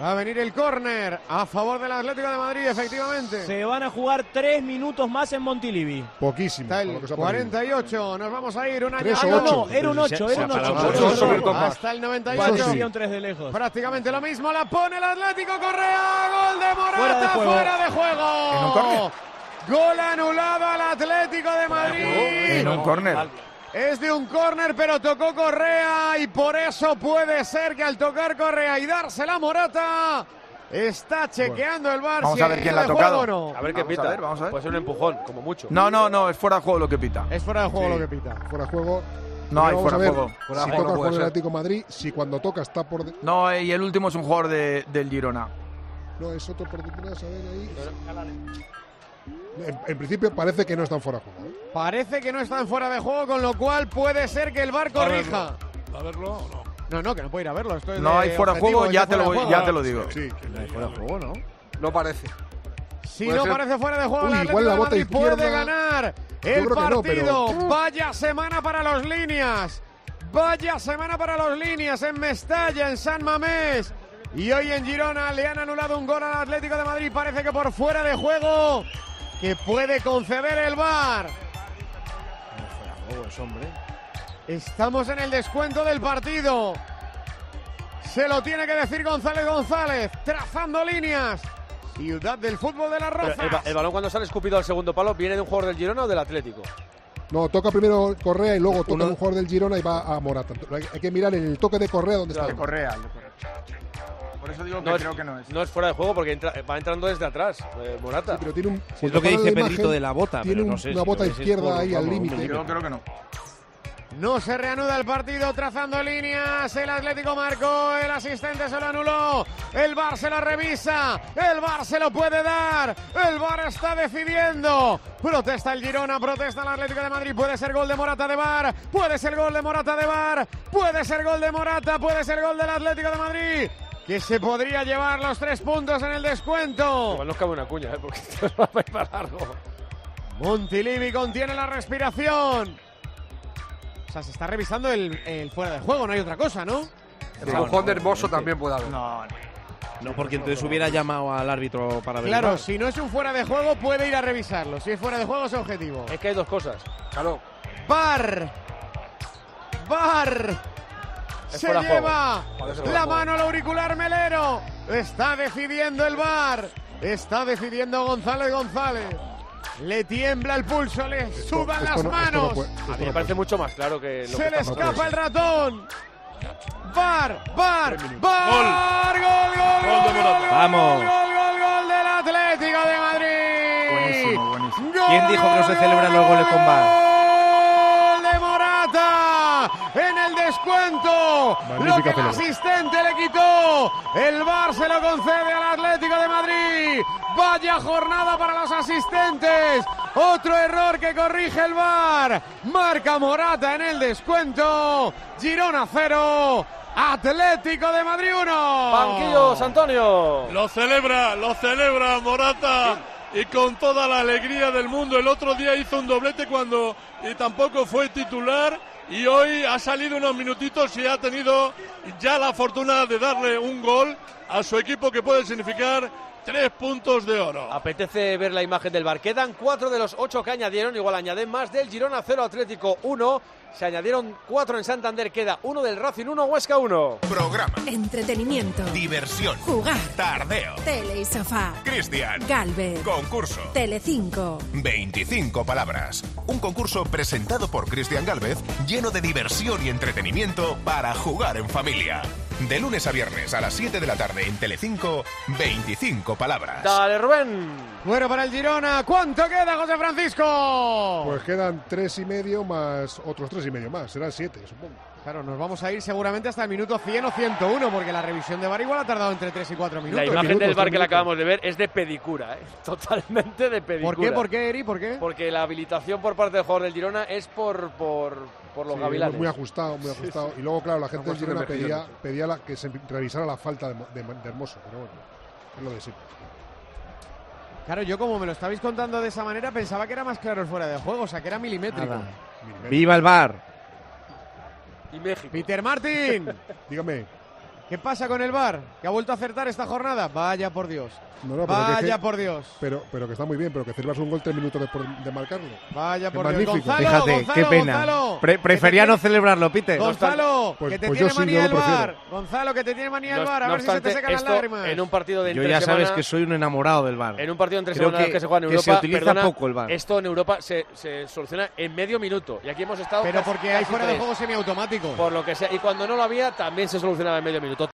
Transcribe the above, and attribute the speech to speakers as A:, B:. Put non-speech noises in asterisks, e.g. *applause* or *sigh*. A: Va a venir el córner a favor del Atlético de Madrid, efectivamente.
B: Se van a jugar tres minutos más en Montilivi.
C: Poquísimo.
A: Está
C: por lo
A: el
C: que se ha
A: 48, nos vamos a ir un año.
C: Tres
A: Ah,
C: o
A: no,
C: ocho.
A: no,
B: No, era un 8, era un
D: Se ha
B: 8.
D: parado. Ocho, sobre el compás.
A: Hasta el
C: Eso sí.
B: Parecía
A: 98.
B: un 3 de lejos.
A: Prácticamente lo mismo, la pone el Atlético Correa, gol de
B: Fuera de
A: Morata,
B: juego.
A: fuera de juego.
D: ¿En un córner?
A: Gol anulado al Atlético de Madrid.
D: En un córner.
A: Es de un córner, pero tocó Correa y por eso puede ser que al tocar Correa y dársela a Morata, está chequeando el bar
D: Vamos
A: si
D: a
A: hay
D: ver
A: fuera
D: quién la ha
A: de juego
D: tocado.
A: o no.
E: A ver qué
D: Vamos
E: pita.
D: a ver, vamos a ver.
E: Puede ser un empujón, como mucho.
D: No, no, no, es fuera de juego lo que pita.
A: Es fuera de juego
C: Sí.
A: lo que pita.
C: Fuera de juego.
D: No hay
C: Vamos
D: fuera
C: a
D: de
C: ver
D: juego.
E: Fuera de
C: Si
E: juego no
C: toca
E: puede
C: con el
E: ser.
C: Atlético de Madrid, si cuando toca está por. de-
D: No, eh, y el último es un jugador de- del Girona.
C: No, es otro por detrás, a ver ahí. En, en principio parece que no están fuera de juego. ¿eh?
A: Parece que no están fuera de juego, con lo cual puede ser que el bar corrija.
F: ¿A verlo o no?
A: No, no, que no puede ir a verlo. esto es
D: No
A: de
D: hay fuera de
A: objetivo,
D: juego,
A: es
D: ya
A: de
D: te lo,
A: fuera de
D: voy-
A: juego.
D: ya te lo digo.
C: Sí, que no hay fuera de juego.
E: No parece.
A: Si
C: Puede
A: no
C: ser.
A: parece fuera de juego,
C: Uy,
A: el Atlético
C: igual la
A: de
C: bota
A: Madrid puede
C: izquierda.
A: ganar el
C: creo que no,
A: partido.
C: pero-
A: Vaya semana para los líneas. Vaya semana para los líneas en Mestalla, en San Mamés. Y hoy en Girona le han anulado un gol al Atlético de Madrid. Parece que por fuera de juego que puede conceder el VAR. Estamos en el descuento del partido. Se lo tiene que decir González González, trazando líneas. Ciudad del fútbol de las
E: Pero
A: Rozas.
E: el, ba- el balón cuando sale escupido al segundo palo, ¿viene de un jugador del Girona o del Atlético?
C: No, toca primero Correa y luego toca
E: Uno-
C: un jugador del Girona y va a Morata. Hay, hay que mirar el toque de Correa donde
E: Claro.
C: está.
E: De
D: Correa. Por eso digo
E: No es-
D: Pues-
E: No es fuera de juego porque entra- va entrando desde atrás, eh, Morata.
C: Pero tiene un.
G: Es lo que dice Pedrito de
C: la.
G: la bota,
C: tiene
G: pero
C: un-
G: no sé
C: una
G: si
C: bota
G: lo ves, es
C: izquierda
G: por-
C: ahí al
G: vamos, un
C: límite.
G: milímetro.
D: creo que no.
A: No se reanuda el partido trazando líneas. El Atlético marcó, el asistente se lo anuló. El Bar se lo revisa. El Bar se lo puede dar. El Bar está decidiendo. Protesta el Girona, protesta el Atlético de Madrid. Puede ser gol de Morata de Bar. Puede ser gol de Morata de Bar. Puede ser gol de Morata. Puede ser gol del Atlético de Madrid. Que se podría llevar los tres puntos en el descuento.
E: Igual nos cabe una cuña, ¿eh? porque *laughs* esto va a ir para largo.
A: Montilivi contiene la respiración. O sea, se está revisando el, el fuera de juego, no hay otra cosa, ¿no?
G: empujón de Hermoso también
E: puede haber.
G: No, porque entonces hubiera llamado al árbitro para ver. el
A: Claro,
G: bar.
A: si no es un fuera de juego, puede ir a revisarlo. Si es fuera de juego, es objetivo.
E: Es que hay dos cosas. Claro.
A: ¡Bar! ¡Bar!
E: Es
A: Se
E: fuera de juego.
A: lleva
E: Joder, es fuera de
A: la
E: juego.
A: mano al auricular Melero. Está decidiendo el bar. Está decidiendo González González. Le tiembla el pulso, le suban las
C: Esto no- esto no
A: manos.
C: puede-
E: A mí
C: esto
E: me
C: no
E: parece mucho más claro que lo que
A: Se le
E: está
A: escapa el
E: pasando.
A: ratón. Bar, bar, bar, gol, gol, gol, gol, gol,
G: Vamos.
A: gol, gol, gol del Atlético de Madrid.
D: Buenísimo, buenísimo.
A: Gol,
G: ¿Quién dijo que no se celebran los goles con VAR?
A: Gol de Morata en el descuento. lo que
C: Magnífica
A: el
C: pelota.
A: asistente le quitó. El VAR se lo concede al Atlético de Madrid. Vaya jornada para los asistentes. Otro error que corrige el VAR. Marca Morata en el descuento. Girona 0. Atlético de Madrid 1.
E: ¡Banquillos, Antonio!
F: Lo celebra, lo celebra Morata y con toda la alegría del mundo. El otro día hizo un doblete cuando y tampoco fue titular y hoy ha salido unos minutitos y ha tenido ya la fortuna de darle un gol a su equipo que puede significar tres puntos de oro.
E: Apetece ver la imagen del bar. Quedan cuatro de los ocho que añadieron. Igual añaden más del Girona 0 Atlético 1. Se añadieron cuatro en Santander. Queda uno del Racing 1, Huesca 1.
H: Programa,
I: Entretenimiento.
H: diversión,
I: Jugar.
H: tardeo,
I: Tele y sofá.
H: Cristian,
I: Galvez.
H: concurso.
I: Telecinco.
H: 25 palabras. Un concurso presentado por Cristian Galvez, lleno de diversión y entretenimiento para jugar en familia. De lunes a viernes a las 7 de la tarde en Telecinco, 25 palabras.
E: Dale, Rubén.
A: Bueno para el Girona. ¿Cuánto queda, José Francisco?
C: Pues quedan tres y medio más otros tres y medio más. Serán siete, supongo.
A: Claro, nos vamos a ir seguramente hasta el minuto 100 o 101, porque la revisión de VAR igual ha tardado entre 3 y 4
E: La
A: minutos.
E: imagen
C: minutos,
E: del bar que
C: minutos.
E: la acabamos de ver es de pedicura, ¿eh? *laughs* totalmente de pedicura.
A: ¿Por qué, por qué, Eri? ¿Por qué?
E: Porque la habilitación por parte del jugador del Girona es por, por, por los
C: Sí,
E: gavilanes.
C: Muy ajustado, muy ajustado. Y luego, claro, la gente del
E: Vamos a
C: Girona
E: repetir.
C: pedía, pedía la, que se revisara la falta de, Mo- de Ma- de Hermoso, pero bueno, es lo de siempre.
A: Claro, yo como me lo estabais contando de esa manera, pensaba que era más claro el fuera de juego, o sea, que era milimétrico.
G: Nada.
C: Milimétrico.
G: ¡Viva el bar!
E: Y México.
A: Peter Martin,
C: Dígame,
A: ¿Qué pasa con el VAR? Que ha vuelto a acertar esta jornada. Vaya por Dios.
C: No, no, pero que es
A: Vaya
C: que-
A: por Dios.
C: Pero, pero que está muy bien, pero que celebras un gol tres minutos después de marcarlo.
A: Vaya
C: Qué
A: por Dios.
C: magnífico.
A: Gonzalo,
G: Fíjate,
A: Gonzalo,
G: qué pena.
A: Gonzalo,
G: Pre-
A: que
G: prefería
A: te
G: no
A: tiene-
G: celebrarlo, Pite.
A: Gonzalo,
C: Pues-
A: que te
C: pues yo
A: tiene
C: sí,
A: manía
C: yo
A: el
C: lo prefiero.
A: VAR. Gonzalo, que te tiene manía el
E: No-
A: VAr. A
E: no
A: ver si se te
E: obstante,
A: secan las
E: esto,
A: lágrimas.
E: En un partido de
G: Yo
E: entre
G: ya sabes
E: semana-
G: que soy un enamorado del bar.
E: En un partido entre
G: Creo
E: semanas
G: que-
E: que, se juega en
G: que
E: Europa,
G: se utiliza
E: perdona,
G: poco el VAR.
E: esto en Europa se, se soluciona en medio minuto. Y aquí hemos estado
A: Pero
E: casi-
A: porque hay
E: casi
A: fuera de
E: tres.
A: juego semiautomático.
E: Por lo que sea. Y cuando no lo había, también se solucionaba en medio minuto.